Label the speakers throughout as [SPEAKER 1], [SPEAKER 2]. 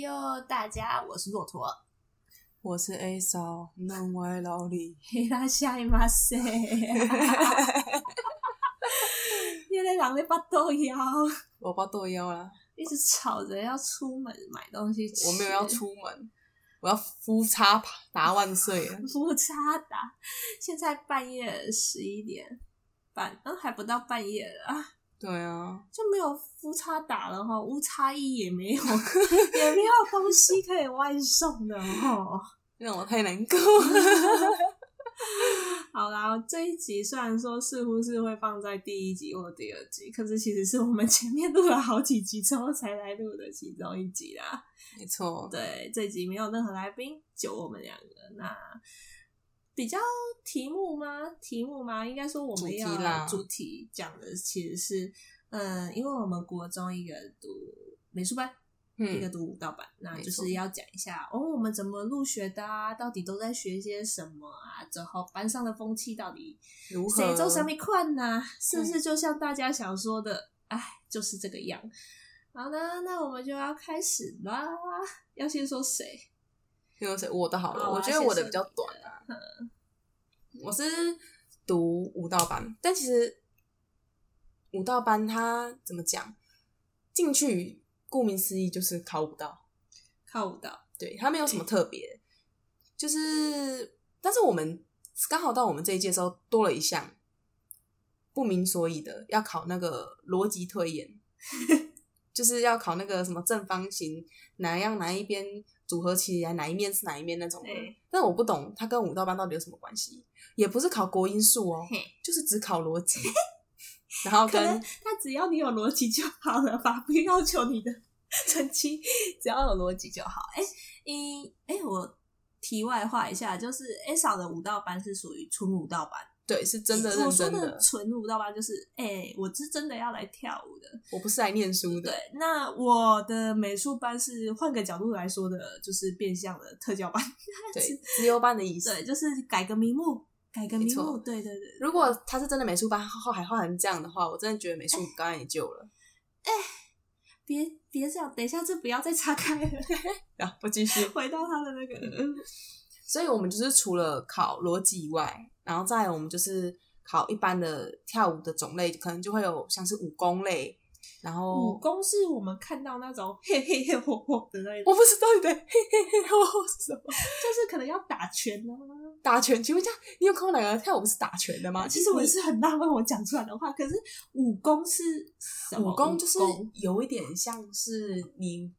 [SPEAKER 1] 哟，大家，我是骆驼。
[SPEAKER 2] 我是 A 嫂，嫩歪老李。
[SPEAKER 1] 嘿啦，下一马塞，原来狼在把豆腰，
[SPEAKER 2] 我爸剁腰啦，
[SPEAKER 1] 一直吵着要出门买东西吃。
[SPEAKER 2] 我没有要出门，我要夫差达万岁啊了。
[SPEAKER 1] 不差打，现在半夜十一点半，嗯，还不到半夜了啊，
[SPEAKER 2] 对啊，
[SPEAKER 1] 就没有夫差打了哈，无差异也没 有，也没有东西可以外送的哈。
[SPEAKER 2] 让我太难过 了。
[SPEAKER 1] 好啦，这一集虽然说似乎是会放在第一集或第二集，可是其实是我们前面录了好几集之后才来录的其中一集啦。
[SPEAKER 2] 没错，
[SPEAKER 1] 对，这集没有任何来宾，就我们两个。那比较题目吗？题目吗？应该说我
[SPEAKER 2] 主
[SPEAKER 1] 们
[SPEAKER 2] 题
[SPEAKER 1] 要
[SPEAKER 2] 啦
[SPEAKER 1] 主题讲的其实是，嗯，因为我们国中一个读美术班，一个
[SPEAKER 2] 嗯，
[SPEAKER 1] 读舞蹈班，那
[SPEAKER 2] 没
[SPEAKER 1] 就
[SPEAKER 2] 错
[SPEAKER 1] 是要讲一下哦，我们怎么入学的啊？到底都在学些什么啊？之后班上的风气到底
[SPEAKER 2] 如何？嗯
[SPEAKER 1] 谁做什么困呐、是不是就像大家想说的，哎，就是这个样。好的，那我们就要开始啦。要先说谁？
[SPEAKER 2] 有谁？我的好了，
[SPEAKER 1] 好啊
[SPEAKER 2] 我觉得我的
[SPEAKER 1] 先
[SPEAKER 2] 比
[SPEAKER 1] 说
[SPEAKER 2] 较短啊。我是读舞蹈班，但其实舞蹈班它怎么讲？进去顾名思义就是考舞蹈，
[SPEAKER 1] 靠舞蹈，
[SPEAKER 2] 对，它没有什么特别，就是，但是我们刚好到我们这一届的时候多了一项不明所以的，要考那个逻辑推演， 就是要考那个什么正方形哪样哪一边组合起来哪一面是哪一面那种的
[SPEAKER 1] 对。
[SPEAKER 2] 但我不懂它跟武道班到底有什么关系，也不是考国音数哦
[SPEAKER 1] 嘿，
[SPEAKER 2] 就是只考逻辑， 然后
[SPEAKER 1] 可能
[SPEAKER 2] 跟
[SPEAKER 1] 他只要你有逻辑就好了吧，不要求你的成绩， 只要有逻辑就好。哎、你哎、我题外话一下，就是 A 嫂的舞蹈班是属于纯舞蹈班，
[SPEAKER 2] 对是真的
[SPEAKER 1] 我
[SPEAKER 2] 认
[SPEAKER 1] 说
[SPEAKER 2] 真
[SPEAKER 1] 的
[SPEAKER 2] 的，
[SPEAKER 1] 纯舞蹈班就是，哎、我是真的要来跳舞的。
[SPEAKER 2] 我不是来念书的
[SPEAKER 1] 对，，那我的美术班是换个角度来说的，就是变相的特教班。
[SPEAKER 2] 对，资优班的意思。
[SPEAKER 1] 对，就是改个名目，改个名
[SPEAKER 2] 没
[SPEAKER 1] 目。
[SPEAKER 2] 错
[SPEAKER 1] 对对对，
[SPEAKER 2] 如果他是真的美术班，后还画成这样的话，我真的觉得美
[SPEAKER 1] 哎
[SPEAKER 2] 术刚刚也救了。
[SPEAKER 1] 别别这样，等一下这不要再岔开了，
[SPEAKER 2] 然后不继续，
[SPEAKER 1] 回到他的那个。
[SPEAKER 2] 所以我们就是除了考逻辑以外，然后再来我们就是考一般的跳舞的种类，可能就会有像是武功类，然
[SPEAKER 1] 武
[SPEAKER 2] 后
[SPEAKER 1] 功是我们看到那种嘿嘿嘿吼吼的那一种，
[SPEAKER 2] 我不知道你的嘿嘿嘿吼是什么，
[SPEAKER 1] 就是可能要打拳啊。
[SPEAKER 2] 打拳。请问一下，你有看过哪个跳舞是打拳的吗？
[SPEAKER 1] 哎其实我
[SPEAKER 2] 你
[SPEAKER 1] 是很纳闷，我讲出来的话，可是武功是什么？
[SPEAKER 2] 武功就是
[SPEAKER 1] 功
[SPEAKER 2] 有一点像是你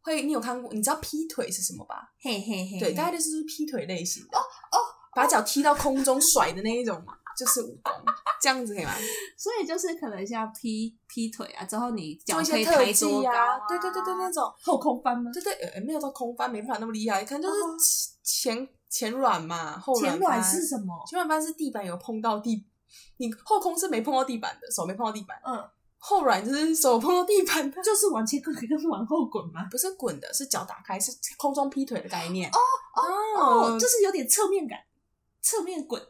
[SPEAKER 2] 会，你有看过？你知道劈腿是什么吧？
[SPEAKER 1] 嘿嘿嘿，
[SPEAKER 2] 对，大概就是劈腿类型的。哦哦，把脚踢到空中甩的那一种嘛，就是武功，这样子可以吗？
[SPEAKER 1] 所以就是可能像劈劈腿啊，之后你脚
[SPEAKER 2] 做一
[SPEAKER 1] 可
[SPEAKER 2] 些
[SPEAKER 1] 以
[SPEAKER 2] 特
[SPEAKER 1] 抬
[SPEAKER 2] 技
[SPEAKER 1] 多高
[SPEAKER 2] 啊，对对对对，那种，
[SPEAKER 1] 后空翻吗？
[SPEAKER 2] 对对，呃，没有到空翻，没办法那么厉害，可能就
[SPEAKER 1] 哦
[SPEAKER 2] 是前前软嘛，后
[SPEAKER 1] 前
[SPEAKER 2] 软
[SPEAKER 1] 软
[SPEAKER 2] 翻
[SPEAKER 1] 是什么？
[SPEAKER 2] 前软翻是地板有碰到地，你后空是没碰到地板的，手没碰到地板，
[SPEAKER 1] 嗯，
[SPEAKER 2] 后软就是手碰到地板的。
[SPEAKER 1] 就是往前滚跟往后滚吗？
[SPEAKER 2] 不是滚的，是脚打开，是空中劈腿的概念。
[SPEAKER 1] 哦，
[SPEAKER 2] 哦
[SPEAKER 1] 就是有点侧面感，侧面滚。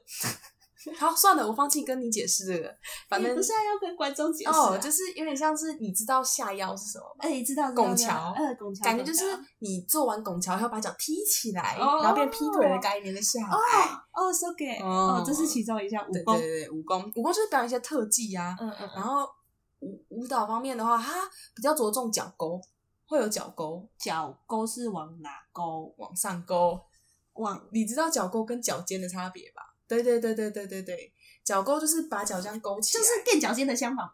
[SPEAKER 2] 好，算了，我放弃跟你解释这个。反
[SPEAKER 1] 你
[SPEAKER 2] 正
[SPEAKER 1] 哎不是要跟观众解释啊
[SPEAKER 2] 哦，就是有点像是你知道下腰是什么吗？
[SPEAKER 1] 哎，知道知道
[SPEAKER 2] 拱
[SPEAKER 1] 知道
[SPEAKER 2] 桥
[SPEAKER 1] 呃，拱桥，
[SPEAKER 2] 感觉
[SPEAKER 1] 拱
[SPEAKER 2] 就是
[SPEAKER 1] 桥
[SPEAKER 2] 你做完拱桥，要把脚踢起来，
[SPEAKER 1] 哦
[SPEAKER 2] 然后变劈腿的概念的下来。
[SPEAKER 1] 哦哦，so g
[SPEAKER 2] 哦
[SPEAKER 1] 哦，这是其中一项武
[SPEAKER 2] 对
[SPEAKER 1] 功
[SPEAKER 2] 对。对，对武功，武功就是表演一些特技啊。
[SPEAKER 1] 嗯嗯，
[SPEAKER 2] 然后舞舞蹈方面的话，它比较着重脚勾，会有脚勾
[SPEAKER 1] 脚勾是往哪勾？
[SPEAKER 2] 往上勾。
[SPEAKER 1] 往
[SPEAKER 2] 你知道脚勾跟脚尖的差别吧？对对对对对对对，脚勾就是把脚这样勾起
[SPEAKER 1] 就
[SPEAKER 2] 来。
[SPEAKER 1] 是垫脚尖的相反。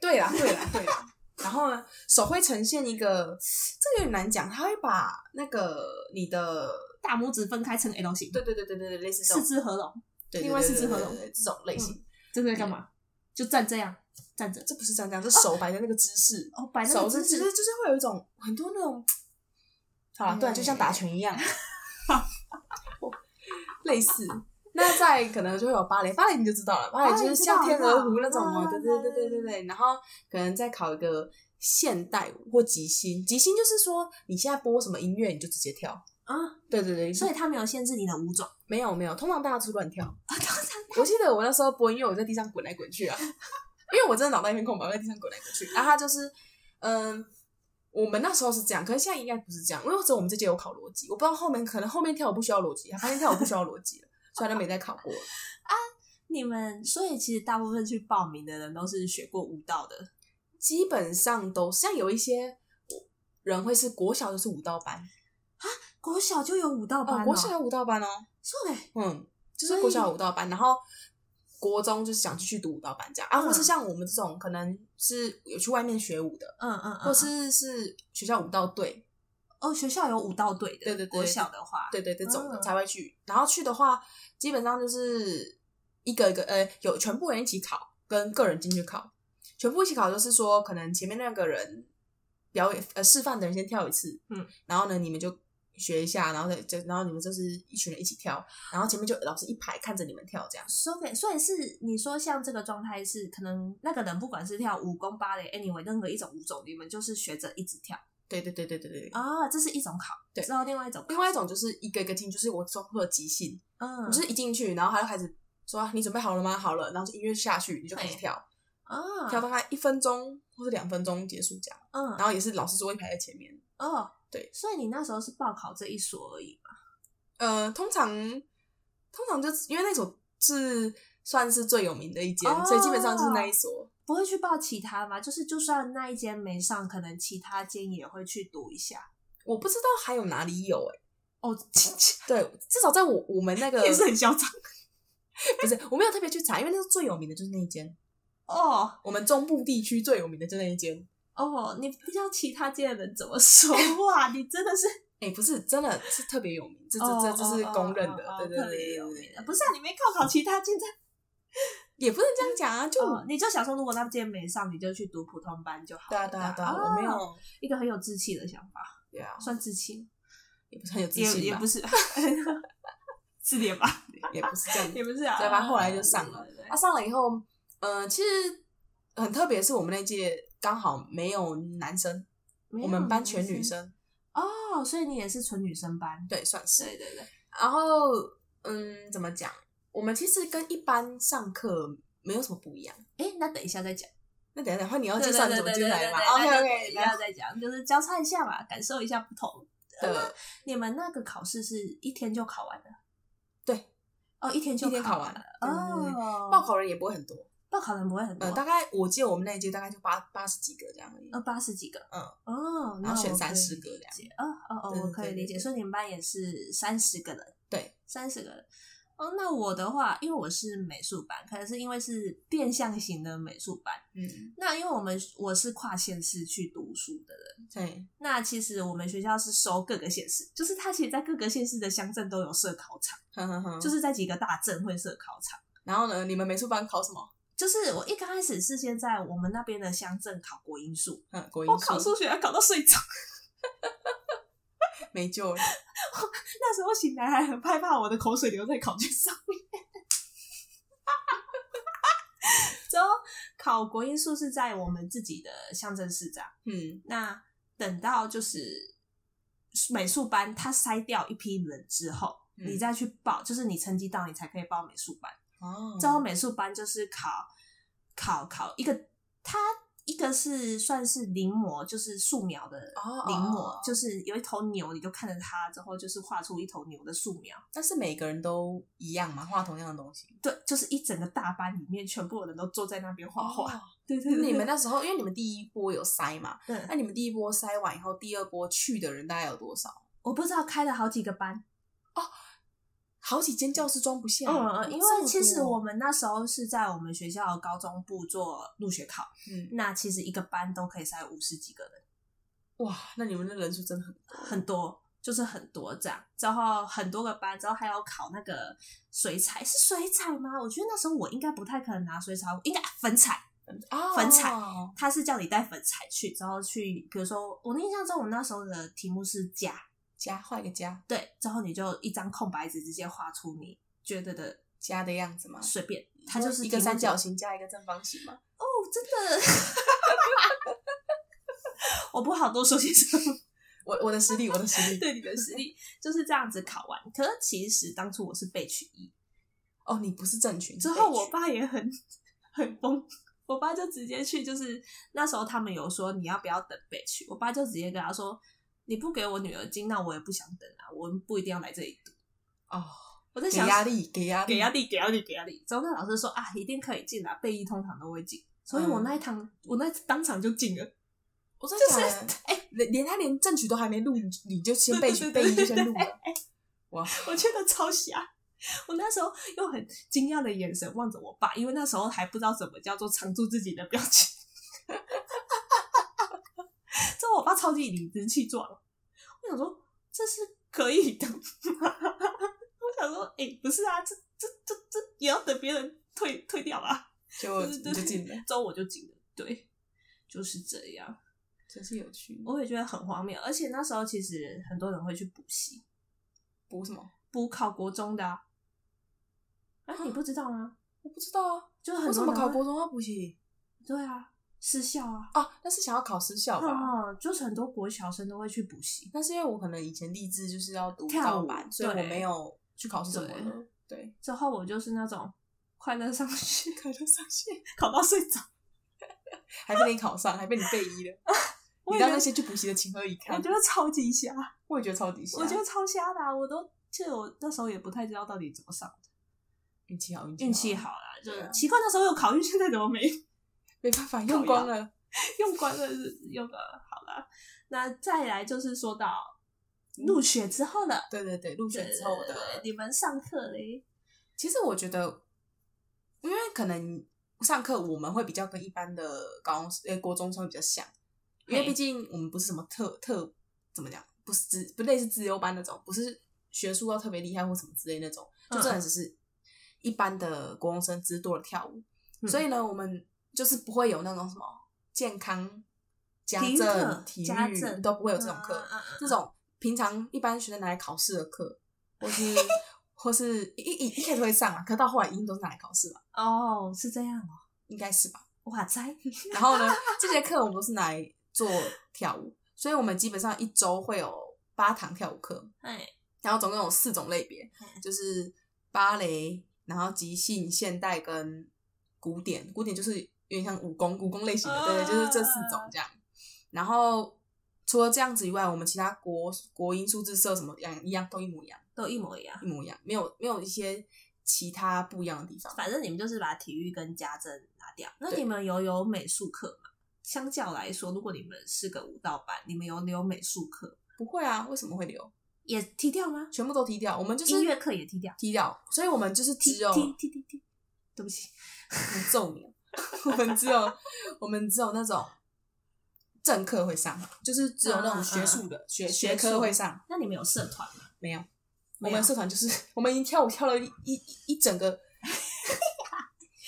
[SPEAKER 2] 对啦，对啦，对啦。然后呢，手会呈现一个，这个有点难讲，它会把那个你的，
[SPEAKER 1] 大拇指分开成 L 型，
[SPEAKER 2] 对对对对对对，类似这
[SPEAKER 1] 四
[SPEAKER 2] 种，
[SPEAKER 1] 肢合拢，
[SPEAKER 2] 对
[SPEAKER 1] 另外四肢合
[SPEAKER 2] 合
[SPEAKER 1] 拢
[SPEAKER 2] 这种类型。
[SPEAKER 1] 这是在干嘛？就站这样站着，
[SPEAKER 2] 这不是站这样，这手摆在那个姿势，
[SPEAKER 1] 哦，摆那个
[SPEAKER 2] 手
[SPEAKER 1] 姿
[SPEAKER 2] 是其
[SPEAKER 1] 势
[SPEAKER 2] 实就是会有一种很多那种，好啦，
[SPEAKER 1] 嗯
[SPEAKER 2] 对啊，就像打拳一 样，类似。那再可能就会有芭蕾，芭蕾你就知道嗯了，芭蕾就是像天鹅湖那种嘛，
[SPEAKER 1] 芭蕾
[SPEAKER 2] 对
[SPEAKER 1] 知道
[SPEAKER 2] 对对对对对。然后可能再考一个现代舞或即兴，即兴就是说你现在播什么音乐你就直接跳，
[SPEAKER 1] 啊，
[SPEAKER 2] 对对对。
[SPEAKER 1] 所
[SPEAKER 2] 以
[SPEAKER 1] 以它没有限制你的舞种。
[SPEAKER 2] 没有没有，通常大家都是乱跳。
[SPEAKER 1] 啊，通常
[SPEAKER 2] 我记得我那时候播音乐，我在地上滚 来滚去啊，因为我真的脑袋一片空白，我在地上滚来滚去。然后他就是，嗯，我们那时候是这样，可是现在应该不是这样，因为只有我们这届有考逻辑，我不知道后面可能后面跳舞不需要逻辑，发现跳舞不需要逻辑了，所以他就没再考过了。
[SPEAKER 1] 你们所以其实大部分去报名的人都是学过舞蹈的，
[SPEAKER 2] 基本上都像有一些人会是国小就是舞蹈班，
[SPEAKER 1] 国小就有舞蹈班、
[SPEAKER 2] 哦，
[SPEAKER 1] 哦，
[SPEAKER 2] 国小有舞蹈班哦，
[SPEAKER 1] 对，
[SPEAKER 2] 嗯，就
[SPEAKER 1] 所以
[SPEAKER 2] 是国小有舞蹈班，然后国中就是想继续读舞蹈班这样啊，
[SPEAKER 1] 嗯
[SPEAKER 2] 或是像我们这种可能是有去外面学舞的，
[SPEAKER 1] 嗯嗯嗯，
[SPEAKER 2] 或是是学校舞蹈队，
[SPEAKER 1] 哦学校有舞蹈队的，
[SPEAKER 2] 对对对
[SPEAKER 1] 国小的话，
[SPEAKER 2] 对对这种的
[SPEAKER 1] 嗯
[SPEAKER 2] 才会去。然后去的话，基本上就是一个一个呃，有全部人一起考，跟个人进去考。全部一起考就是说，可能前面那个人表演呃示范的人先跳一次，
[SPEAKER 1] 嗯，
[SPEAKER 2] 然后呢你们就学一下，然后再就然后你们就是一群人一起跳，然后前面就老师一排看着你们跳这样。
[SPEAKER 1] 所以所以是你说像这个状态是可能那个人不管是跳武功、芭蕾，anyway 任何一种舞种，你们就是学着一直跳
[SPEAKER 2] 对对对对对对。
[SPEAKER 1] 啊，这是一种考，
[SPEAKER 2] 对
[SPEAKER 1] 之后另外一种考，
[SPEAKER 2] 另外一种就是一个一个进，就是我中会有即兴，
[SPEAKER 1] 嗯，
[SPEAKER 2] 你就是一进去，然后他就开始说你准备好了吗？好了，然后就音乐下去，你就开始
[SPEAKER 1] 对
[SPEAKER 2] 跳。
[SPEAKER 1] 啊，
[SPEAKER 2] 跳大概一分钟或者两分钟结束这样，
[SPEAKER 1] 嗯
[SPEAKER 2] 然后也是老师座位排在前面。
[SPEAKER 1] 哦，
[SPEAKER 2] 对，
[SPEAKER 1] 所以你那时候是报考这一所而已嘛，
[SPEAKER 2] 呃，通常通常就是因为那所是算是最有名的一间，
[SPEAKER 1] 哦
[SPEAKER 2] 所以基本上就是那一所。
[SPEAKER 1] 不会去报其他嘛？就是就算那一间没上，可能其他间也会去读一下。
[SPEAKER 2] 我不知道还有哪里有哎、
[SPEAKER 1] 哦，
[SPEAKER 2] 对，至少在我我们那个
[SPEAKER 1] 也是很嚣张
[SPEAKER 2] 不是，我没有特别去查，因为那是最有名的就是那一间，
[SPEAKER 1] 哦
[SPEAKER 2] 我们中部地区最有名的就那一间。
[SPEAKER 1] 哦，你不知道其他间的人怎么说哇？你真的是哦
[SPEAKER 2] 哎、不是，真的是特别有名， 这这这这是公认的，对对
[SPEAKER 1] 特
[SPEAKER 2] 对
[SPEAKER 1] 别有
[SPEAKER 2] 对对
[SPEAKER 1] 名的。
[SPEAKER 2] 对，
[SPEAKER 1] 不是啊，你没考考其他间在，
[SPEAKER 2] 也不能这样讲啊，就、
[SPEAKER 1] 哦你就想说，如果那间没上，你就去读普通班就好了。
[SPEAKER 2] 对啊对啊对啊，
[SPEAKER 1] 哦
[SPEAKER 2] 我没有，
[SPEAKER 1] 一个很有志气的想法，
[SPEAKER 2] 对啊，
[SPEAKER 1] 算志气，
[SPEAKER 2] 也不是很有自
[SPEAKER 1] 也
[SPEAKER 2] 信
[SPEAKER 1] 也
[SPEAKER 2] 吧
[SPEAKER 1] 不，是， 是点吧，
[SPEAKER 2] 也不是这 样
[SPEAKER 1] 也不是啊。
[SPEAKER 2] 对吧后来就上了
[SPEAKER 1] 对，对对
[SPEAKER 2] 啊，上了以后，呃，其实很特别，是我们那届刚好没有男生，
[SPEAKER 1] 没有
[SPEAKER 2] 我们班全
[SPEAKER 1] 男
[SPEAKER 2] 女生，
[SPEAKER 1] 哦，所以你也是纯女生班。
[SPEAKER 2] 对，算是。
[SPEAKER 1] 对对对，
[SPEAKER 2] 然后，嗯，怎么讲？我们其实跟一般上课没有什么不一样。
[SPEAKER 1] 哎，那等一下再讲。
[SPEAKER 2] 那等一下，等一下，你要
[SPEAKER 1] 对
[SPEAKER 2] 介
[SPEAKER 1] 对
[SPEAKER 2] 绍
[SPEAKER 1] 对
[SPEAKER 2] 你
[SPEAKER 1] 对
[SPEAKER 2] 怎么
[SPEAKER 1] 对
[SPEAKER 2] 进
[SPEAKER 1] 对
[SPEAKER 2] 来
[SPEAKER 1] 对
[SPEAKER 2] 嘛？OK
[SPEAKER 1] 对
[SPEAKER 2] OK，
[SPEAKER 1] 不要再讲，就是交叉一下嘛，感受一下不同。
[SPEAKER 2] 的
[SPEAKER 1] 你们那个考试是一天就考完了？
[SPEAKER 2] 对，
[SPEAKER 1] 哦，一天就
[SPEAKER 2] 一天考
[SPEAKER 1] 完
[SPEAKER 2] 完
[SPEAKER 1] 了。
[SPEAKER 2] 对对对
[SPEAKER 1] 哦，
[SPEAKER 2] 报考人也不会很多，
[SPEAKER 1] 报考人不会很多
[SPEAKER 2] 呃，，大概我记得我们那一届大概就八八十几个这样而已
[SPEAKER 1] 呃，，八十几个。
[SPEAKER 2] 嗯，
[SPEAKER 1] 哦，
[SPEAKER 2] 然后选
[SPEAKER 1] 三
[SPEAKER 2] 30
[SPEAKER 1] 十
[SPEAKER 2] 个这样
[SPEAKER 1] 哦哦哦，
[SPEAKER 2] 对对
[SPEAKER 1] 我可以
[SPEAKER 2] 对对
[SPEAKER 1] 理解。
[SPEAKER 2] 对
[SPEAKER 1] 所以你们班也是三十个人。
[SPEAKER 2] 对，
[SPEAKER 1] 三十个人。哦，那我的话，因为我是美术班，可能是因为是变相型的美术班。
[SPEAKER 2] 嗯，
[SPEAKER 1] 那因为我们我是跨县市去读书的人，
[SPEAKER 2] 对，
[SPEAKER 1] 那其实我们学校是收各个县市，就是它其实在各个县市的乡镇都有设考场，
[SPEAKER 2] 哼哼哼，
[SPEAKER 1] 就是在几个大镇会设考场。
[SPEAKER 2] 然后呢，你们美术班考什么？
[SPEAKER 1] 就是我一开始是先在我们那边的乡镇考国英数，
[SPEAKER 2] 嗯，国
[SPEAKER 1] 我
[SPEAKER 2] 英
[SPEAKER 1] 考数学还考到睡着，
[SPEAKER 2] 没救了。
[SPEAKER 1] 那时候醒来还很害怕我的口水留在考卷上面。 之后考国英数是在我们自己的乡镇市长。
[SPEAKER 2] 嗯，
[SPEAKER 1] 那等到就是美术班，他筛掉一批人之后，
[SPEAKER 2] 嗯
[SPEAKER 1] 你再去报，就是你成绩到你才可以报美术班。
[SPEAKER 2] 哦，
[SPEAKER 1] 之后美术班就是考考考一个，它一个是算是临摹，就是素描的
[SPEAKER 2] 哦
[SPEAKER 1] 临摹，
[SPEAKER 2] 哦哦
[SPEAKER 1] 就是有一头牛，你就看着它之后，就是画出一头牛的素描。
[SPEAKER 2] 但是每个人都一样嘛，画同样的东西。
[SPEAKER 1] 对，就是一整个大班里面，全部的人都坐在那边画画。
[SPEAKER 2] 哦
[SPEAKER 1] 对对对，
[SPEAKER 2] 你们那时候，因为你们第一波有筛嘛，
[SPEAKER 1] 嗯
[SPEAKER 2] 那你们第一波筛完以后，第二波去的人大概有多少？
[SPEAKER 1] 我不知道开了好几个班，
[SPEAKER 2] 好几间教室装不下。
[SPEAKER 1] 嗯嗯，因为
[SPEAKER 2] 这么多
[SPEAKER 1] 其实我们那时候是在我们学校高中部做入学考，
[SPEAKER 2] 嗯
[SPEAKER 1] 那其实一个班都可以塞五十几个人，
[SPEAKER 2] 哇，那你们的人数真的很
[SPEAKER 1] 很多，就是很多这样。然后很多个班，然后还有考那个水彩，是水彩吗？我觉得那时候我应该不太可能拿水彩，我应该粉彩。
[SPEAKER 2] 啊
[SPEAKER 1] 粉彩他是叫你带粉彩去，然后去，比如说我印象中我那时候的题目是甲，
[SPEAKER 2] 加画一个加
[SPEAKER 1] 对，之后你就一张空白纸直接画出你觉得的
[SPEAKER 2] 加的样子嘛，
[SPEAKER 1] 随便，它就是
[SPEAKER 2] 一
[SPEAKER 1] 题
[SPEAKER 2] 个
[SPEAKER 1] 目
[SPEAKER 2] 三
[SPEAKER 1] 就
[SPEAKER 2] 角形加一个正方形嘛。
[SPEAKER 1] 哦，真的，我不好多说些什么。
[SPEAKER 2] 我我的实力，我 的实力。
[SPEAKER 1] 对你的实力就是这样子考完。可是其实当初我是被取一，
[SPEAKER 2] 哦，你不是正群。
[SPEAKER 1] 之后
[SPEAKER 2] 是被
[SPEAKER 1] 我
[SPEAKER 2] 取
[SPEAKER 1] 爸也很很崩，我爸就直接去，就是那时候他们有说你要不要等 batch，我爸就直接跟他说，你不给我女儿进，那我也不想等啊，我们不一定要来这里读。
[SPEAKER 2] 哦，
[SPEAKER 1] 我在
[SPEAKER 2] 给
[SPEAKER 1] 想
[SPEAKER 2] 压力，给压力，
[SPEAKER 1] 给压力，给压力，给压力。之后那老师说啊，一定可以进啊，背一通常都会进，所以
[SPEAKER 2] 嗯
[SPEAKER 1] 我那一堂、我那当场就进了。
[SPEAKER 2] 我真
[SPEAKER 1] 就是
[SPEAKER 2] 的哎、连连他连正取都还没录，你你就先背
[SPEAKER 1] 对对
[SPEAKER 2] 背
[SPEAKER 1] 对
[SPEAKER 2] 一就先录了，哇！
[SPEAKER 1] 我觉得超瞎。我那时候用很惊讶的眼神望着我爸，因为那时候还不知道什么叫做藏住自己的表情。 这我爸超级理直气壮，我想说这是可以的吗 我想说，哎、不是啊，这这这这也要等别人退退掉啊。
[SPEAKER 2] 就
[SPEAKER 1] 对
[SPEAKER 2] 哦你
[SPEAKER 1] 对
[SPEAKER 2] 就进了，
[SPEAKER 1] 之后我就进了，对，就是这样。
[SPEAKER 2] 真是有趣。
[SPEAKER 1] 我也觉得很荒谬，而且那时候其实很多人会去补习，
[SPEAKER 2] 补什么？
[SPEAKER 1] 补考国中的啊。啊，你不知道吗？
[SPEAKER 2] 我不知道啊，
[SPEAKER 1] 就是很
[SPEAKER 2] 为
[SPEAKER 1] 多
[SPEAKER 2] 什么
[SPEAKER 1] 人
[SPEAKER 2] 考
[SPEAKER 1] 会
[SPEAKER 2] 国中要补习
[SPEAKER 1] 对啊，私校啊，
[SPEAKER 2] 啊？那是想要考私校吧？
[SPEAKER 1] 嗯，就是很多国小生都会去补习。
[SPEAKER 2] 那是因为我可能以前立志就是要读
[SPEAKER 1] 跳
[SPEAKER 2] 照
[SPEAKER 1] 舞
[SPEAKER 2] 班，所以
[SPEAKER 1] 对
[SPEAKER 2] 我没有去考试什么的。对，
[SPEAKER 1] 之后我就是那种快乐上学，
[SPEAKER 2] 考就上线，
[SPEAKER 1] 考到睡着。
[SPEAKER 2] 还被你考上，还被你背一了。
[SPEAKER 1] 我也觉
[SPEAKER 2] 你让
[SPEAKER 1] 得
[SPEAKER 2] 那些去补习的情何以堪
[SPEAKER 1] 我？觉得超级瞎，
[SPEAKER 2] 我也觉得超级瞎。
[SPEAKER 1] 我觉得超瞎的、啊，我都其实我那时候也不太知道到底怎么上，
[SPEAKER 2] 运气好，
[SPEAKER 1] 运气
[SPEAKER 2] 好，
[SPEAKER 1] 好啦，就
[SPEAKER 2] 对啊
[SPEAKER 1] 是奇怪那时候有考运，现在怎么没
[SPEAKER 2] 没办法，用光了。
[SPEAKER 1] 用光了？用了好啦。那再来就是说到入学之后了，
[SPEAKER 2] 对对对，入选之后的
[SPEAKER 1] 对你们上课嘞，
[SPEAKER 2] 其实我觉得，因为可能上课我们会比较跟一般的高中呃国中生比较像，因为
[SPEAKER 1] 嘿
[SPEAKER 2] 毕竟我们不是什么特特怎么讲，不是自不类似自由班那种，不是学术要特别厉害或什么之类那种，
[SPEAKER 1] 嗯
[SPEAKER 2] 就真的只是一般的国中生，只是多了跳舞。
[SPEAKER 1] 嗯
[SPEAKER 2] 所以呢，我们就是不会有那种什么健康、家
[SPEAKER 1] 体育课
[SPEAKER 2] 政、体
[SPEAKER 1] 家
[SPEAKER 2] 育
[SPEAKER 1] 政
[SPEAKER 2] 都不会有这种课。
[SPEAKER 1] 嗯嗯嗯
[SPEAKER 2] 这种平常一般学生拿来考试的课，或是或是一一一一开始会上啊，可到后来一定都是拿来考试吧，
[SPEAKER 1] 哦，是这样哦，
[SPEAKER 2] 应该是吧。
[SPEAKER 1] 哇塞，
[SPEAKER 2] 然后呢，这节课我们都是拿来做跳舞，所以我们基本上一周会有八堂跳舞课，
[SPEAKER 1] 哎，
[SPEAKER 2] 然后总共有四种类别，就是芭蕾，然后即兴、现代跟古典。古典就是有点像武功，武功类型的，对对，就是这四种这样。然后除了这样子以外，我们其他国国音数字社什么样一样都一模一样，
[SPEAKER 1] 都一模一样。
[SPEAKER 2] 一模一样，没有没有一些其他不一样的地方。
[SPEAKER 1] 反正你们就是把体育跟家政拿掉。那
[SPEAKER 2] 对
[SPEAKER 1] 你们有有美术课吗？相较来说，如果你们是个舞蹈班，你们有留美术课
[SPEAKER 2] 不会啊，为什么会留？
[SPEAKER 1] 也踢掉吗？
[SPEAKER 2] 全部都踢掉，我们就是
[SPEAKER 1] 音乐课也踢掉，
[SPEAKER 2] 踢掉，所以我们就是
[SPEAKER 1] 踢
[SPEAKER 2] 只有
[SPEAKER 1] 踢踢踢踢，对不起，
[SPEAKER 2] 我揍你！ 我们只有 我们只有那种正课会上，就是只有那种学术的、学学
[SPEAKER 1] 啊学术
[SPEAKER 2] 科会上，
[SPEAKER 1] 那你们有社团吗？
[SPEAKER 2] 没有。
[SPEAKER 1] 没
[SPEAKER 2] 我
[SPEAKER 1] 有
[SPEAKER 2] 们社团就是 我们已经跳舞跳了一一一一整个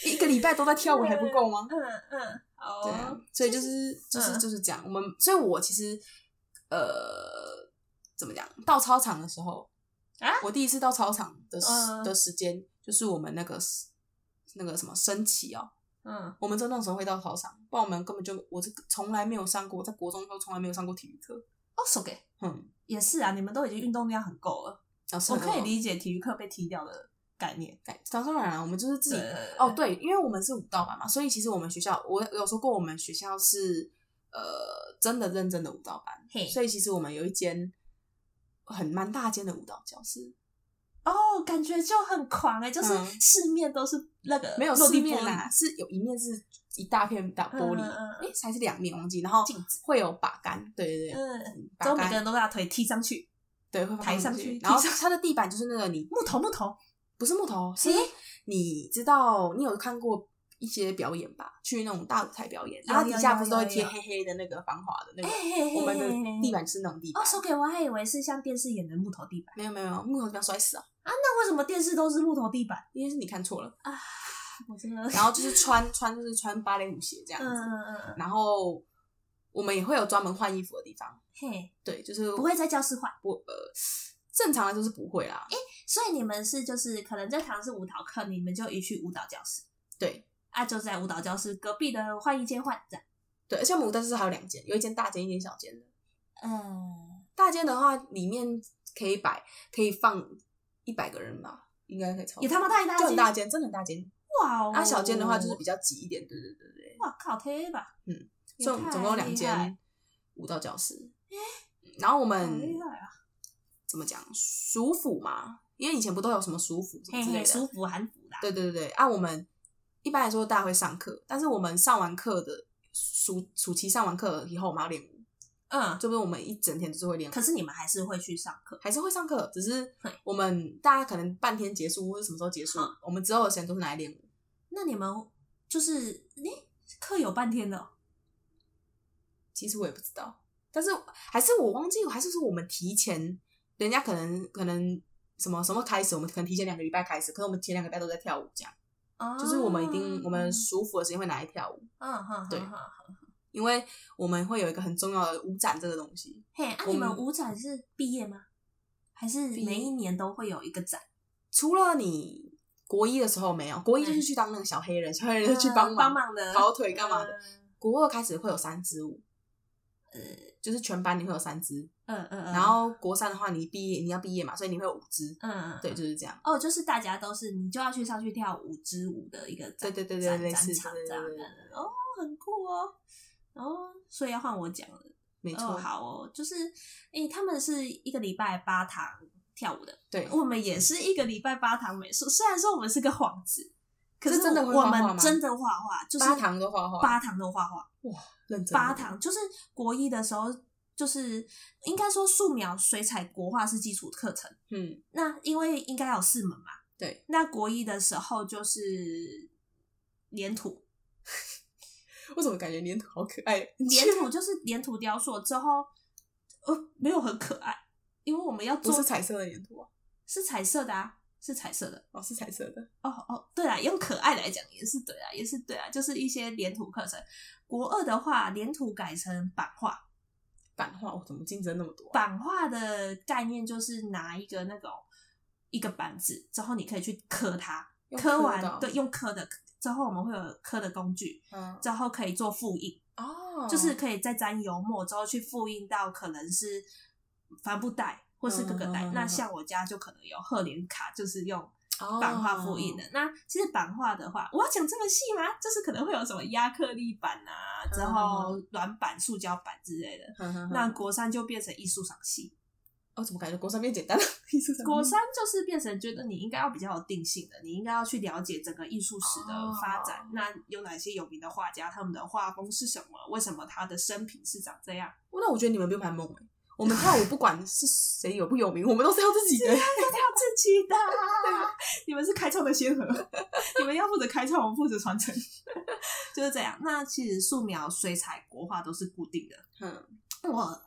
[SPEAKER 2] 一个礼拜都在跳舞还不够吗？
[SPEAKER 1] 嗯嗯，哦
[SPEAKER 2] 对啊，所以就是就是
[SPEAKER 1] 嗯
[SPEAKER 2] 就是这样。我们所以，我其实呃，怎么讲？到操场的时候
[SPEAKER 1] 啊
[SPEAKER 2] 我第一次到操场的时
[SPEAKER 1] 嗯
[SPEAKER 2] 的时间，就是我们那个那个什么升旗哦，
[SPEAKER 1] 嗯，
[SPEAKER 2] 我们真的那时候会到操场，不然我们根本就我这个从来没有上过，我在国中都从来没有上过体育课。
[SPEAKER 1] 哦，OK，
[SPEAKER 2] 嗯，
[SPEAKER 1] 也是啊，你们都已经运动量很够了，
[SPEAKER 2] 老师哎
[SPEAKER 1] 我可以理解体育课被踢掉的概念。
[SPEAKER 2] 解。当然啦，我们就是自己
[SPEAKER 1] 对
[SPEAKER 2] 哦，对，因为我们是舞蹈班嘛，所以其实我们学校我有说过，我们学校是呃真的认真的舞蹈班，
[SPEAKER 1] 嘿，
[SPEAKER 2] 所以其实我们有一间很蛮大间的舞蹈教室，
[SPEAKER 1] 哦，感觉就很狂哎、就是
[SPEAKER 2] 嗯
[SPEAKER 1] 四面都是那个
[SPEAKER 2] 没有
[SPEAKER 1] 落
[SPEAKER 2] 四
[SPEAKER 1] 地
[SPEAKER 2] 面啊
[SPEAKER 1] 玻
[SPEAKER 2] 啦，
[SPEAKER 1] 璃
[SPEAKER 2] 是有一面是一大片大玻璃，
[SPEAKER 1] 嗯嗯
[SPEAKER 2] 诶，还是两面忘记，然后
[SPEAKER 1] 镜子
[SPEAKER 2] 会有把杆，对对对，
[SPEAKER 1] 嗯，之
[SPEAKER 2] 把
[SPEAKER 1] 后每个
[SPEAKER 2] 杆
[SPEAKER 1] 人都把腿踢上去，
[SPEAKER 2] 对会
[SPEAKER 1] 抬
[SPEAKER 2] 放
[SPEAKER 1] 上去
[SPEAKER 2] 去，然后
[SPEAKER 1] 踢上
[SPEAKER 2] 它的地板就是那个你
[SPEAKER 1] 木头木头，
[SPEAKER 2] 不是木头，哦是
[SPEAKER 1] 诶
[SPEAKER 2] 你知道你有看过一些表演吧？去那种大舞台表演，
[SPEAKER 1] 有
[SPEAKER 2] 然后
[SPEAKER 1] 有
[SPEAKER 2] 底下
[SPEAKER 1] 有
[SPEAKER 2] 不是都会
[SPEAKER 1] 有
[SPEAKER 2] 贴
[SPEAKER 1] 有
[SPEAKER 2] 黑黑的那个防滑的那个，
[SPEAKER 1] 哎
[SPEAKER 2] 我们的地板就是那种地板
[SPEAKER 1] 哦，，手给我还以为是像电视演的木头地板，
[SPEAKER 2] 没有没有没有木头不要摔死啊，
[SPEAKER 1] 那为什么电视都是木头地板？
[SPEAKER 2] 因为是你看错了。
[SPEAKER 1] 我真的，
[SPEAKER 2] 然后就是穿穿就是穿芭蕾舞鞋这样
[SPEAKER 1] 嗯
[SPEAKER 2] 子，
[SPEAKER 1] 嗯嗯嗯，
[SPEAKER 2] 然后我们也会有专门换衣服的地方，
[SPEAKER 1] 嘿，
[SPEAKER 2] 对，就是
[SPEAKER 1] 不会在教室换，
[SPEAKER 2] 我呃正常来说是不会啦，
[SPEAKER 1] 所以你们是就是可能这堂是舞蹈课，你们就移去舞蹈教室，
[SPEAKER 2] 对
[SPEAKER 1] 啊，就在舞蹈教室隔壁的换一间换这样，
[SPEAKER 2] 对，而且我们舞蹈室还有两间，有一间大间，一间小间的。
[SPEAKER 1] 嗯，
[SPEAKER 2] 大间的话，里面可以摆可以放一百个人吧，应该可以超过。
[SPEAKER 1] 也他妈太大
[SPEAKER 2] 就
[SPEAKER 1] 间
[SPEAKER 2] 很大间，真的很大间。
[SPEAKER 1] 哇哦！
[SPEAKER 2] 啊，小间的话就是比较挤一点，对对对对。
[SPEAKER 1] 哇靠，贴吧，
[SPEAKER 2] 嗯
[SPEAKER 1] 也
[SPEAKER 2] 所
[SPEAKER 1] 太
[SPEAKER 2] 以
[SPEAKER 1] 厉害，
[SPEAKER 2] 总共有两间舞蹈教室。然后我
[SPEAKER 1] 好
[SPEAKER 2] 们
[SPEAKER 1] 厉害啊！
[SPEAKER 2] 怎么讲熟辅嘛？因为以前不都有什么熟辅什么
[SPEAKER 1] 嘿
[SPEAKER 2] 之类
[SPEAKER 1] 嘿，
[SPEAKER 2] 的，
[SPEAKER 1] 舒服韩服啦，
[SPEAKER 2] 对对对对，啊，我们一般来说大家会上课，但是我们上完课的暑暑期上完课以后，我们要练舞，
[SPEAKER 1] 嗯，
[SPEAKER 2] 就是我们一整天就是会练舞
[SPEAKER 1] 可，是你们还是会去上课，
[SPEAKER 2] 还是会上课，只是
[SPEAKER 1] 会
[SPEAKER 2] 我们大家可能半天结束或者什么时候结束
[SPEAKER 1] 嗯，
[SPEAKER 2] 我们之后的时间都是拿来练舞。
[SPEAKER 1] 那你们就是诶、课有半天的哦、
[SPEAKER 2] 其实我也不知道，但是还是我忘记，还是说我们提前，人家可能可能什么什么开始，我们可能提前两个礼拜开始，可能我们前两个礼拜都在跳舞，这样，
[SPEAKER 1] 哦
[SPEAKER 2] 就是我们一定我们舒服的时间会拿来跳舞。
[SPEAKER 1] 嗯哼
[SPEAKER 2] 对
[SPEAKER 1] 哼哼，
[SPEAKER 2] 因为我们会有一个很重要的舞展这个东西，
[SPEAKER 1] 嘿，啊，
[SPEAKER 2] 我
[SPEAKER 1] 你们
[SPEAKER 2] 们
[SPEAKER 1] 舞展是毕业吗？还是
[SPEAKER 2] 毕业
[SPEAKER 1] 每一年都会有一个展？
[SPEAKER 2] 除了你国一的时候没有，国一就是去当那个小黑人，小黑人就去帮
[SPEAKER 1] 呃嗯帮
[SPEAKER 2] 忙。
[SPEAKER 1] 忙的
[SPEAKER 2] 跑腿干嘛的？
[SPEAKER 1] 嗯
[SPEAKER 2] 国二开始会有三支舞，呃就是全班你会有三支，
[SPEAKER 1] 嗯嗯，嗯
[SPEAKER 2] 然后国三的话你毕业你要毕业嘛，所以你会有五支，
[SPEAKER 1] 嗯嗯，嗯
[SPEAKER 2] 对，。就是这样。
[SPEAKER 1] 哦，就是大家都是你就要去上去跳舞支舞的一个展，
[SPEAKER 2] 对对对对
[SPEAKER 1] 展
[SPEAKER 2] 类
[SPEAKER 1] 展
[SPEAKER 2] 似
[SPEAKER 1] 场
[SPEAKER 2] 对对
[SPEAKER 1] 这样
[SPEAKER 2] 对对
[SPEAKER 1] 的哦，很酷哦，哦，所以要换我讲了，
[SPEAKER 2] 没错，
[SPEAKER 1] 哦，好哦，就是诶，他们是一个礼拜八堂跳舞的，
[SPEAKER 2] 对，
[SPEAKER 1] 我们也是一个礼拜八堂美术，虽然说我们是个幌子，可是
[SPEAKER 2] 是真的会
[SPEAKER 1] 我
[SPEAKER 2] 画画吗
[SPEAKER 1] 们真的画画，就是
[SPEAKER 2] 八堂都画画
[SPEAKER 1] 八堂都画画，
[SPEAKER 2] 认真
[SPEAKER 1] 八堂就是国一的时候，就是应该说素描、水彩、国画是基础课程。
[SPEAKER 2] 嗯，
[SPEAKER 1] 那因为应该有四门嘛，
[SPEAKER 2] 对，
[SPEAKER 1] 那国一的时候就是粘土，
[SPEAKER 2] 为什么感觉粘土好可爱？
[SPEAKER 1] 粘土就是粘土雕塑之后，呃，没有很可爱，因为我们要
[SPEAKER 2] 不
[SPEAKER 1] 做
[SPEAKER 2] 是彩色的粘土啊，
[SPEAKER 1] 是彩色的啊，是彩色的。
[SPEAKER 2] 哦，是彩色的，
[SPEAKER 1] 哦哦，对啦，用可爱来讲也是对啦，也是对啦，就是一些连图课程。国二的话，连图改成版画，
[SPEAKER 2] 版画我怎么竞争那么多啊？
[SPEAKER 1] 版画的概念就是拿一个那种一个板子，之后你可以去刻它，
[SPEAKER 2] 用
[SPEAKER 1] 刻
[SPEAKER 2] 刻
[SPEAKER 1] 完
[SPEAKER 2] 的哦
[SPEAKER 1] 对，用刻的，之后我们会有刻的工具，
[SPEAKER 2] 嗯，
[SPEAKER 1] 之后可以做复印，
[SPEAKER 2] 哦，
[SPEAKER 1] 就是可以再沾油墨之后去复印到可能是帆布袋或是各个袋。
[SPEAKER 2] 嗯嗯嗯嗯
[SPEAKER 1] 那像我家就可能有赫连卡，就是用
[SPEAKER 2] 哦
[SPEAKER 1] 版画复印的。那其实版画的话，我要讲这么细吗？就是可能会有什么亚克力板
[SPEAKER 2] 嗯
[SPEAKER 1] 啊，之后软板、塑胶板之类的。
[SPEAKER 2] 哼哼哼
[SPEAKER 1] 那国三就变成艺术赏析，
[SPEAKER 2] 哦，怎么感觉国三变简单了？ 艺术上
[SPEAKER 1] 国
[SPEAKER 2] 面
[SPEAKER 1] 三就是变成觉得你应该要比较有定性的，你应该要去了解整个艺术史的发展。
[SPEAKER 2] 哦
[SPEAKER 1] 那有哪些有名的画家，他们的画风是什么？为什么他的生平是长这样？
[SPEAKER 2] 哦那我觉得你们比我们还猛哎、我们跳舞不管是谁有不有名，我们都是要自己的。
[SPEAKER 1] 啊要自己的， 你们是开创的先 河，你们要负责开创，我们负责传承， 就是这样。那其实素描、水彩、国画都是固定的。
[SPEAKER 2] 嗯，
[SPEAKER 1] 我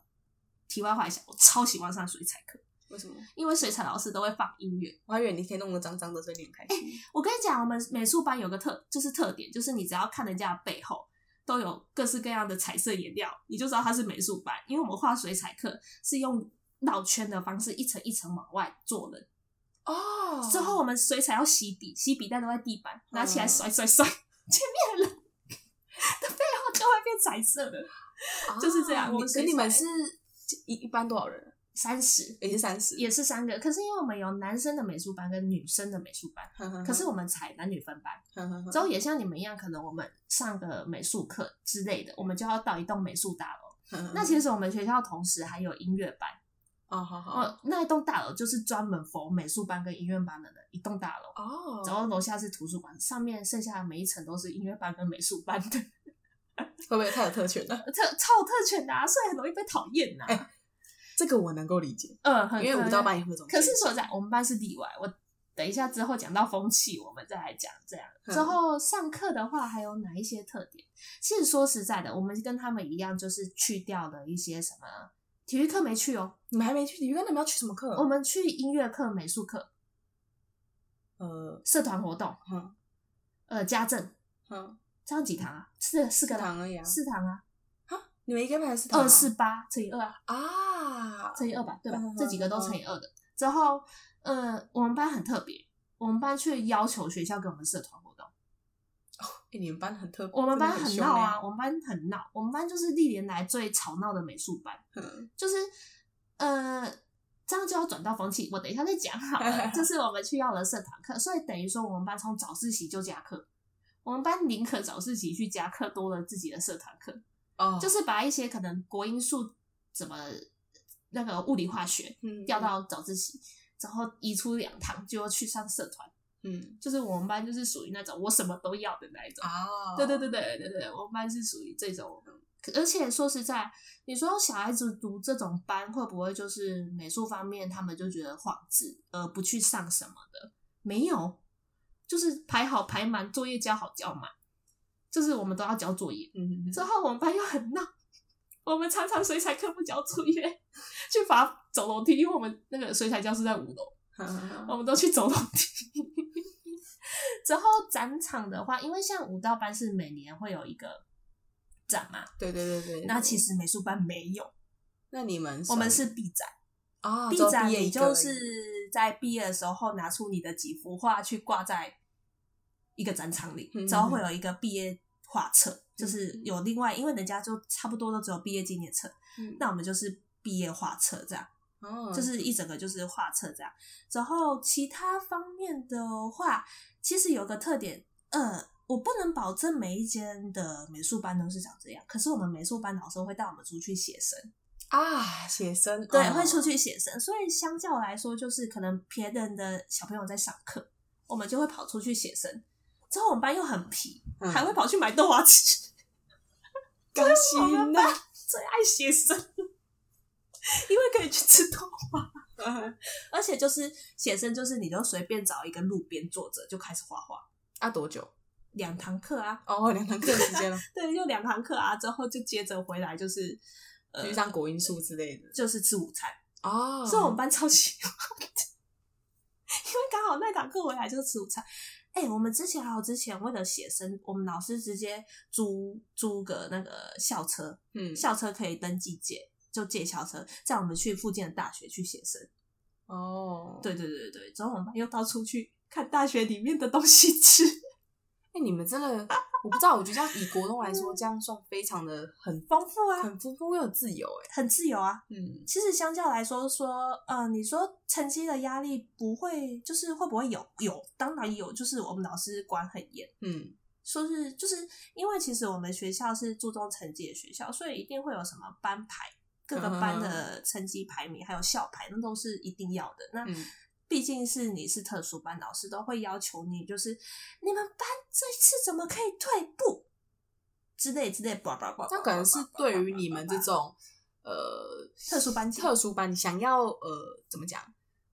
[SPEAKER 1] 题外话一下，我超喜欢上水彩课，
[SPEAKER 2] 为什么？
[SPEAKER 1] 因为水彩老师都会放音乐。
[SPEAKER 2] 我还以为你可以弄得脏脏的，所以你很开心。
[SPEAKER 1] 我跟你讲，我们美术班有个特就是特点，就是你只要看人家的背后。都有各式各样的彩色颜料，你就知道它是美术班。因为我们画水彩课是用绕圈的方式，一层一层往外做的，哎
[SPEAKER 2] 哦嗯
[SPEAKER 1] 之后我们水彩要洗笔，洗笔袋都在地板，拿起来甩甩甩，前面的人 的背后就会变彩色的。就是这样
[SPEAKER 2] 我
[SPEAKER 1] 你
[SPEAKER 2] 们
[SPEAKER 1] 可以
[SPEAKER 2] 跟你们
[SPEAKER 1] 猜
[SPEAKER 2] 是一一般多少人？
[SPEAKER 1] 三十
[SPEAKER 2] 也是三十。
[SPEAKER 1] 也是三个，可是因为我们有男生的美术班跟女生的美术班，
[SPEAKER 2] 哼哼哼
[SPEAKER 1] 可是我们采男女分班，
[SPEAKER 2] 哼哼哼
[SPEAKER 1] 之后也像你们一样，可能我们上个美术课之类的，我们就要到一栋美术大楼。
[SPEAKER 2] 哼哼
[SPEAKER 1] 那其实我们学校同时还有音乐班，
[SPEAKER 2] 哦，好好
[SPEAKER 1] 哦，那一栋大楼就是专门否美术班跟音乐班的人一栋大楼。
[SPEAKER 2] 哦
[SPEAKER 1] 然后楼下是图书馆，上面剩下的每一层都是音乐班跟美术班的，
[SPEAKER 2] 会不会太有特权了？
[SPEAKER 1] 特超有特权的、啊，所以很容易被讨厌呐。
[SPEAKER 2] 哎这个我能够理解，
[SPEAKER 1] 嗯，很
[SPEAKER 2] 因为舞蹈班也会有这种
[SPEAKER 1] 可
[SPEAKER 2] 现象。
[SPEAKER 1] 是说实在，我们班是例外。我等一下之后讲到风气，我们再来讲这样。
[SPEAKER 2] 嗯
[SPEAKER 1] 之后上课的话，还有哪一些特点？其实说实在的，我们跟他们一样，就是去掉了一些什么体育课没去哦，
[SPEAKER 2] 你们还没去，你们你们要去什么课？
[SPEAKER 1] 我们去音乐课、美术课、
[SPEAKER 2] 呃，
[SPEAKER 1] 社团活动，
[SPEAKER 2] 嗯
[SPEAKER 1] 呃，家政，
[SPEAKER 2] 嗯，
[SPEAKER 1] 这样几堂啊？四四个
[SPEAKER 2] 课
[SPEAKER 1] 啦
[SPEAKER 2] 堂而已啊。
[SPEAKER 1] 四堂啊，
[SPEAKER 2] 你们一个班还是堂啊
[SPEAKER 1] 二四八乘以二啊。
[SPEAKER 2] 啊？
[SPEAKER 1] 乘以二吧，对吧
[SPEAKER 2] 嗯？
[SPEAKER 1] 这几个都乘以二的。之后，呃，我们班很特别，我们班却要求学校给我们社团活动。
[SPEAKER 2] 哎你们班很特，
[SPEAKER 1] 我们班
[SPEAKER 2] 真的
[SPEAKER 1] 很
[SPEAKER 2] 很
[SPEAKER 1] 闹啊，
[SPEAKER 2] 凶欸哎
[SPEAKER 1] 我们班很闹，我们班就是历年来最吵闹的美术班，
[SPEAKER 2] 欸。嗯
[SPEAKER 1] 就是呃，这样就要转到风 气，我等一下再讲好了。就是我们去要了社团课，所以等于说我们班从早自习就加课，我们班宁可早自习去加课，多了自己的社团课，
[SPEAKER 2] 哦，
[SPEAKER 1] 就是把一些可能国英数怎么那个物理化学
[SPEAKER 2] 嗯
[SPEAKER 1] 调到早自习，然后移出两堂就去上社团。
[SPEAKER 2] 嗯
[SPEAKER 1] 就是我们班就是属于那种我什么都要的那一种。
[SPEAKER 2] 啊，
[SPEAKER 1] 嗯对对对对对对，我们班是属于这种。可而且说实在，你说小孩子读这种班会不会就是美术方面他们就觉得幌子，而不去上什么的？没有，就是排好排满，作业交好交满，就是我们都要交作业。
[SPEAKER 2] 嗯，嗯
[SPEAKER 1] 之后我们班又很闹，我们常常水彩课不交作业， 去罚走楼梯，因为我们那个水彩教室在五楼。
[SPEAKER 2] 嗯
[SPEAKER 1] 我们都去走楼梯。 之后展场的话，因为像舞蹈班是每年会有一个展嘛，
[SPEAKER 2] 对对对对，
[SPEAKER 1] 那其实美术班没有，
[SPEAKER 2] 那你们
[SPEAKER 1] 我们是闭展，
[SPEAKER 2] 啊，
[SPEAKER 1] 闭
[SPEAKER 2] 只有
[SPEAKER 1] 展
[SPEAKER 2] 毕业
[SPEAKER 1] 你
[SPEAKER 2] 一个
[SPEAKER 1] 就
[SPEAKER 2] 而已
[SPEAKER 1] 是在毕业的时候拿出你的几幅画去挂在一个展场里
[SPEAKER 2] 嗯，
[SPEAKER 1] 之后会有一个毕业画册，就是有另外，因为人家就差不多都只有毕业纪念册，
[SPEAKER 2] 嗯
[SPEAKER 1] 那我们就是毕业画册这样。
[SPEAKER 2] 哦
[SPEAKER 1] 就是一整个就是画册这样。然后其他方面的话，其实有个特点，呃，我不能保证每一间的美术班都是长这样，可是我们美术班老师会带我们出去写生，
[SPEAKER 2] 啊，写生
[SPEAKER 1] 对，
[SPEAKER 2] 哦
[SPEAKER 1] 会出去写生，所以相较来说，就是可能别人的小朋友在上课，我们就会跑出去写生。之后我们班又很皮，
[SPEAKER 2] 嗯
[SPEAKER 1] 还会跑去买豆花吃。
[SPEAKER 2] 甘心呐，
[SPEAKER 1] 最爱写生，因为可以去吃豆花， 而且就是写生，就是你就随便找一个路边坐着就开始画画，
[SPEAKER 2] 啊多久？
[SPEAKER 1] 两堂课啊，
[SPEAKER 2] 哦，两堂课的时 间了，
[SPEAKER 1] 对，就两堂课啊，之后就接着回来就是呃
[SPEAKER 2] 去，上国音数之类的
[SPEAKER 1] 就是吃午餐，
[SPEAKER 2] 哦
[SPEAKER 1] 所以我们班超喜欢的，因为刚好那堂课回来就是吃午餐。哎、我们之前还有之前为了写生，我们老师直接租租个那个校车，
[SPEAKER 2] 嗯
[SPEAKER 1] 校车可以登记借，就借校车，载我们去附近的大学去写生。
[SPEAKER 2] 哦，
[SPEAKER 1] 对对对对对，之后我们又到处去看大学里面的东西吃。
[SPEAKER 2] 哎，你们真的，我不知道，我觉得这样以国中来说，这样算非常的很
[SPEAKER 1] 丰富啊，
[SPEAKER 2] 很丰富又很自由哎。
[SPEAKER 1] 很自由啊。
[SPEAKER 2] 嗯，
[SPEAKER 1] 其实相较来说，说呃，你说成绩的压力不会，就是会不会有？有，当然有，就是我们老师管很严。
[SPEAKER 2] 嗯，
[SPEAKER 1] 说是就是因为其实我们学校是注重成绩的学校，所以一定会有什么班排，各
[SPEAKER 2] 嗯
[SPEAKER 1] 个班的成绩排名，还有校排，那都是一定要的。那
[SPEAKER 2] 嗯
[SPEAKER 1] 毕竟是你是特殊班，老师都会要求你，就是你们班这次怎么可以退步之类之类，叭叭叭叭叭叭叭叭叭叭叭叭。
[SPEAKER 2] 那可能是对于你们这种呃
[SPEAKER 1] 特殊班级
[SPEAKER 2] 特殊班级想要呃怎么讲，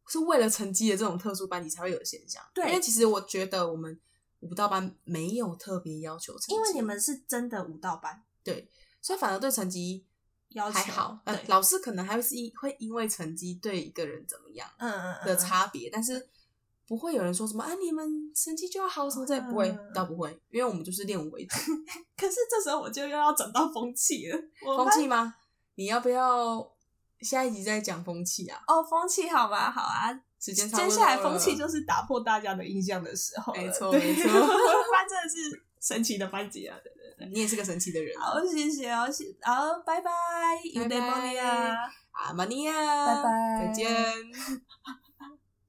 [SPEAKER 2] 是为了成绩的这种特殊班级才会有的现象。
[SPEAKER 1] 对
[SPEAKER 2] 因为其实我觉得我们舞蹈班没有特别要求成绩，
[SPEAKER 1] 因为你们是真的舞蹈班，
[SPEAKER 2] 所以反而对成绩
[SPEAKER 1] 要求
[SPEAKER 2] 还好，呃，
[SPEAKER 1] 对
[SPEAKER 2] 老师可能还会是因会因为成绩对一个人怎么样
[SPEAKER 1] 嗯嗯嗯
[SPEAKER 2] 的差别，但是不会有人说什么啊，你们成绩就要好什么之类，不会，
[SPEAKER 1] 嗯
[SPEAKER 2] 倒不会，因为我们就是练舞为主，
[SPEAKER 1] 可是这时候我就又要转到风气了，我
[SPEAKER 2] 风
[SPEAKER 1] 们
[SPEAKER 2] 气吗？你要不要下一集再讲风气啊？
[SPEAKER 1] 哦，风气好吧，好啊，
[SPEAKER 2] 时间差不
[SPEAKER 1] 接
[SPEAKER 2] 多
[SPEAKER 1] 下来风
[SPEAKER 2] 了
[SPEAKER 1] 气就是打破大家的印象的时候了
[SPEAKER 2] 没错
[SPEAKER 1] 对
[SPEAKER 2] 没错
[SPEAKER 1] 班真的是神奇的班级啊！对
[SPEAKER 2] 你也是个神奇的人
[SPEAKER 1] 好，谢谢哦，谢好，拜拜，有得帮你啊，
[SPEAKER 2] 啊，玛尼亚，
[SPEAKER 1] 拜拜
[SPEAKER 2] 再见，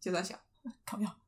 [SPEAKER 2] 就在想。
[SPEAKER 1] 靠腰。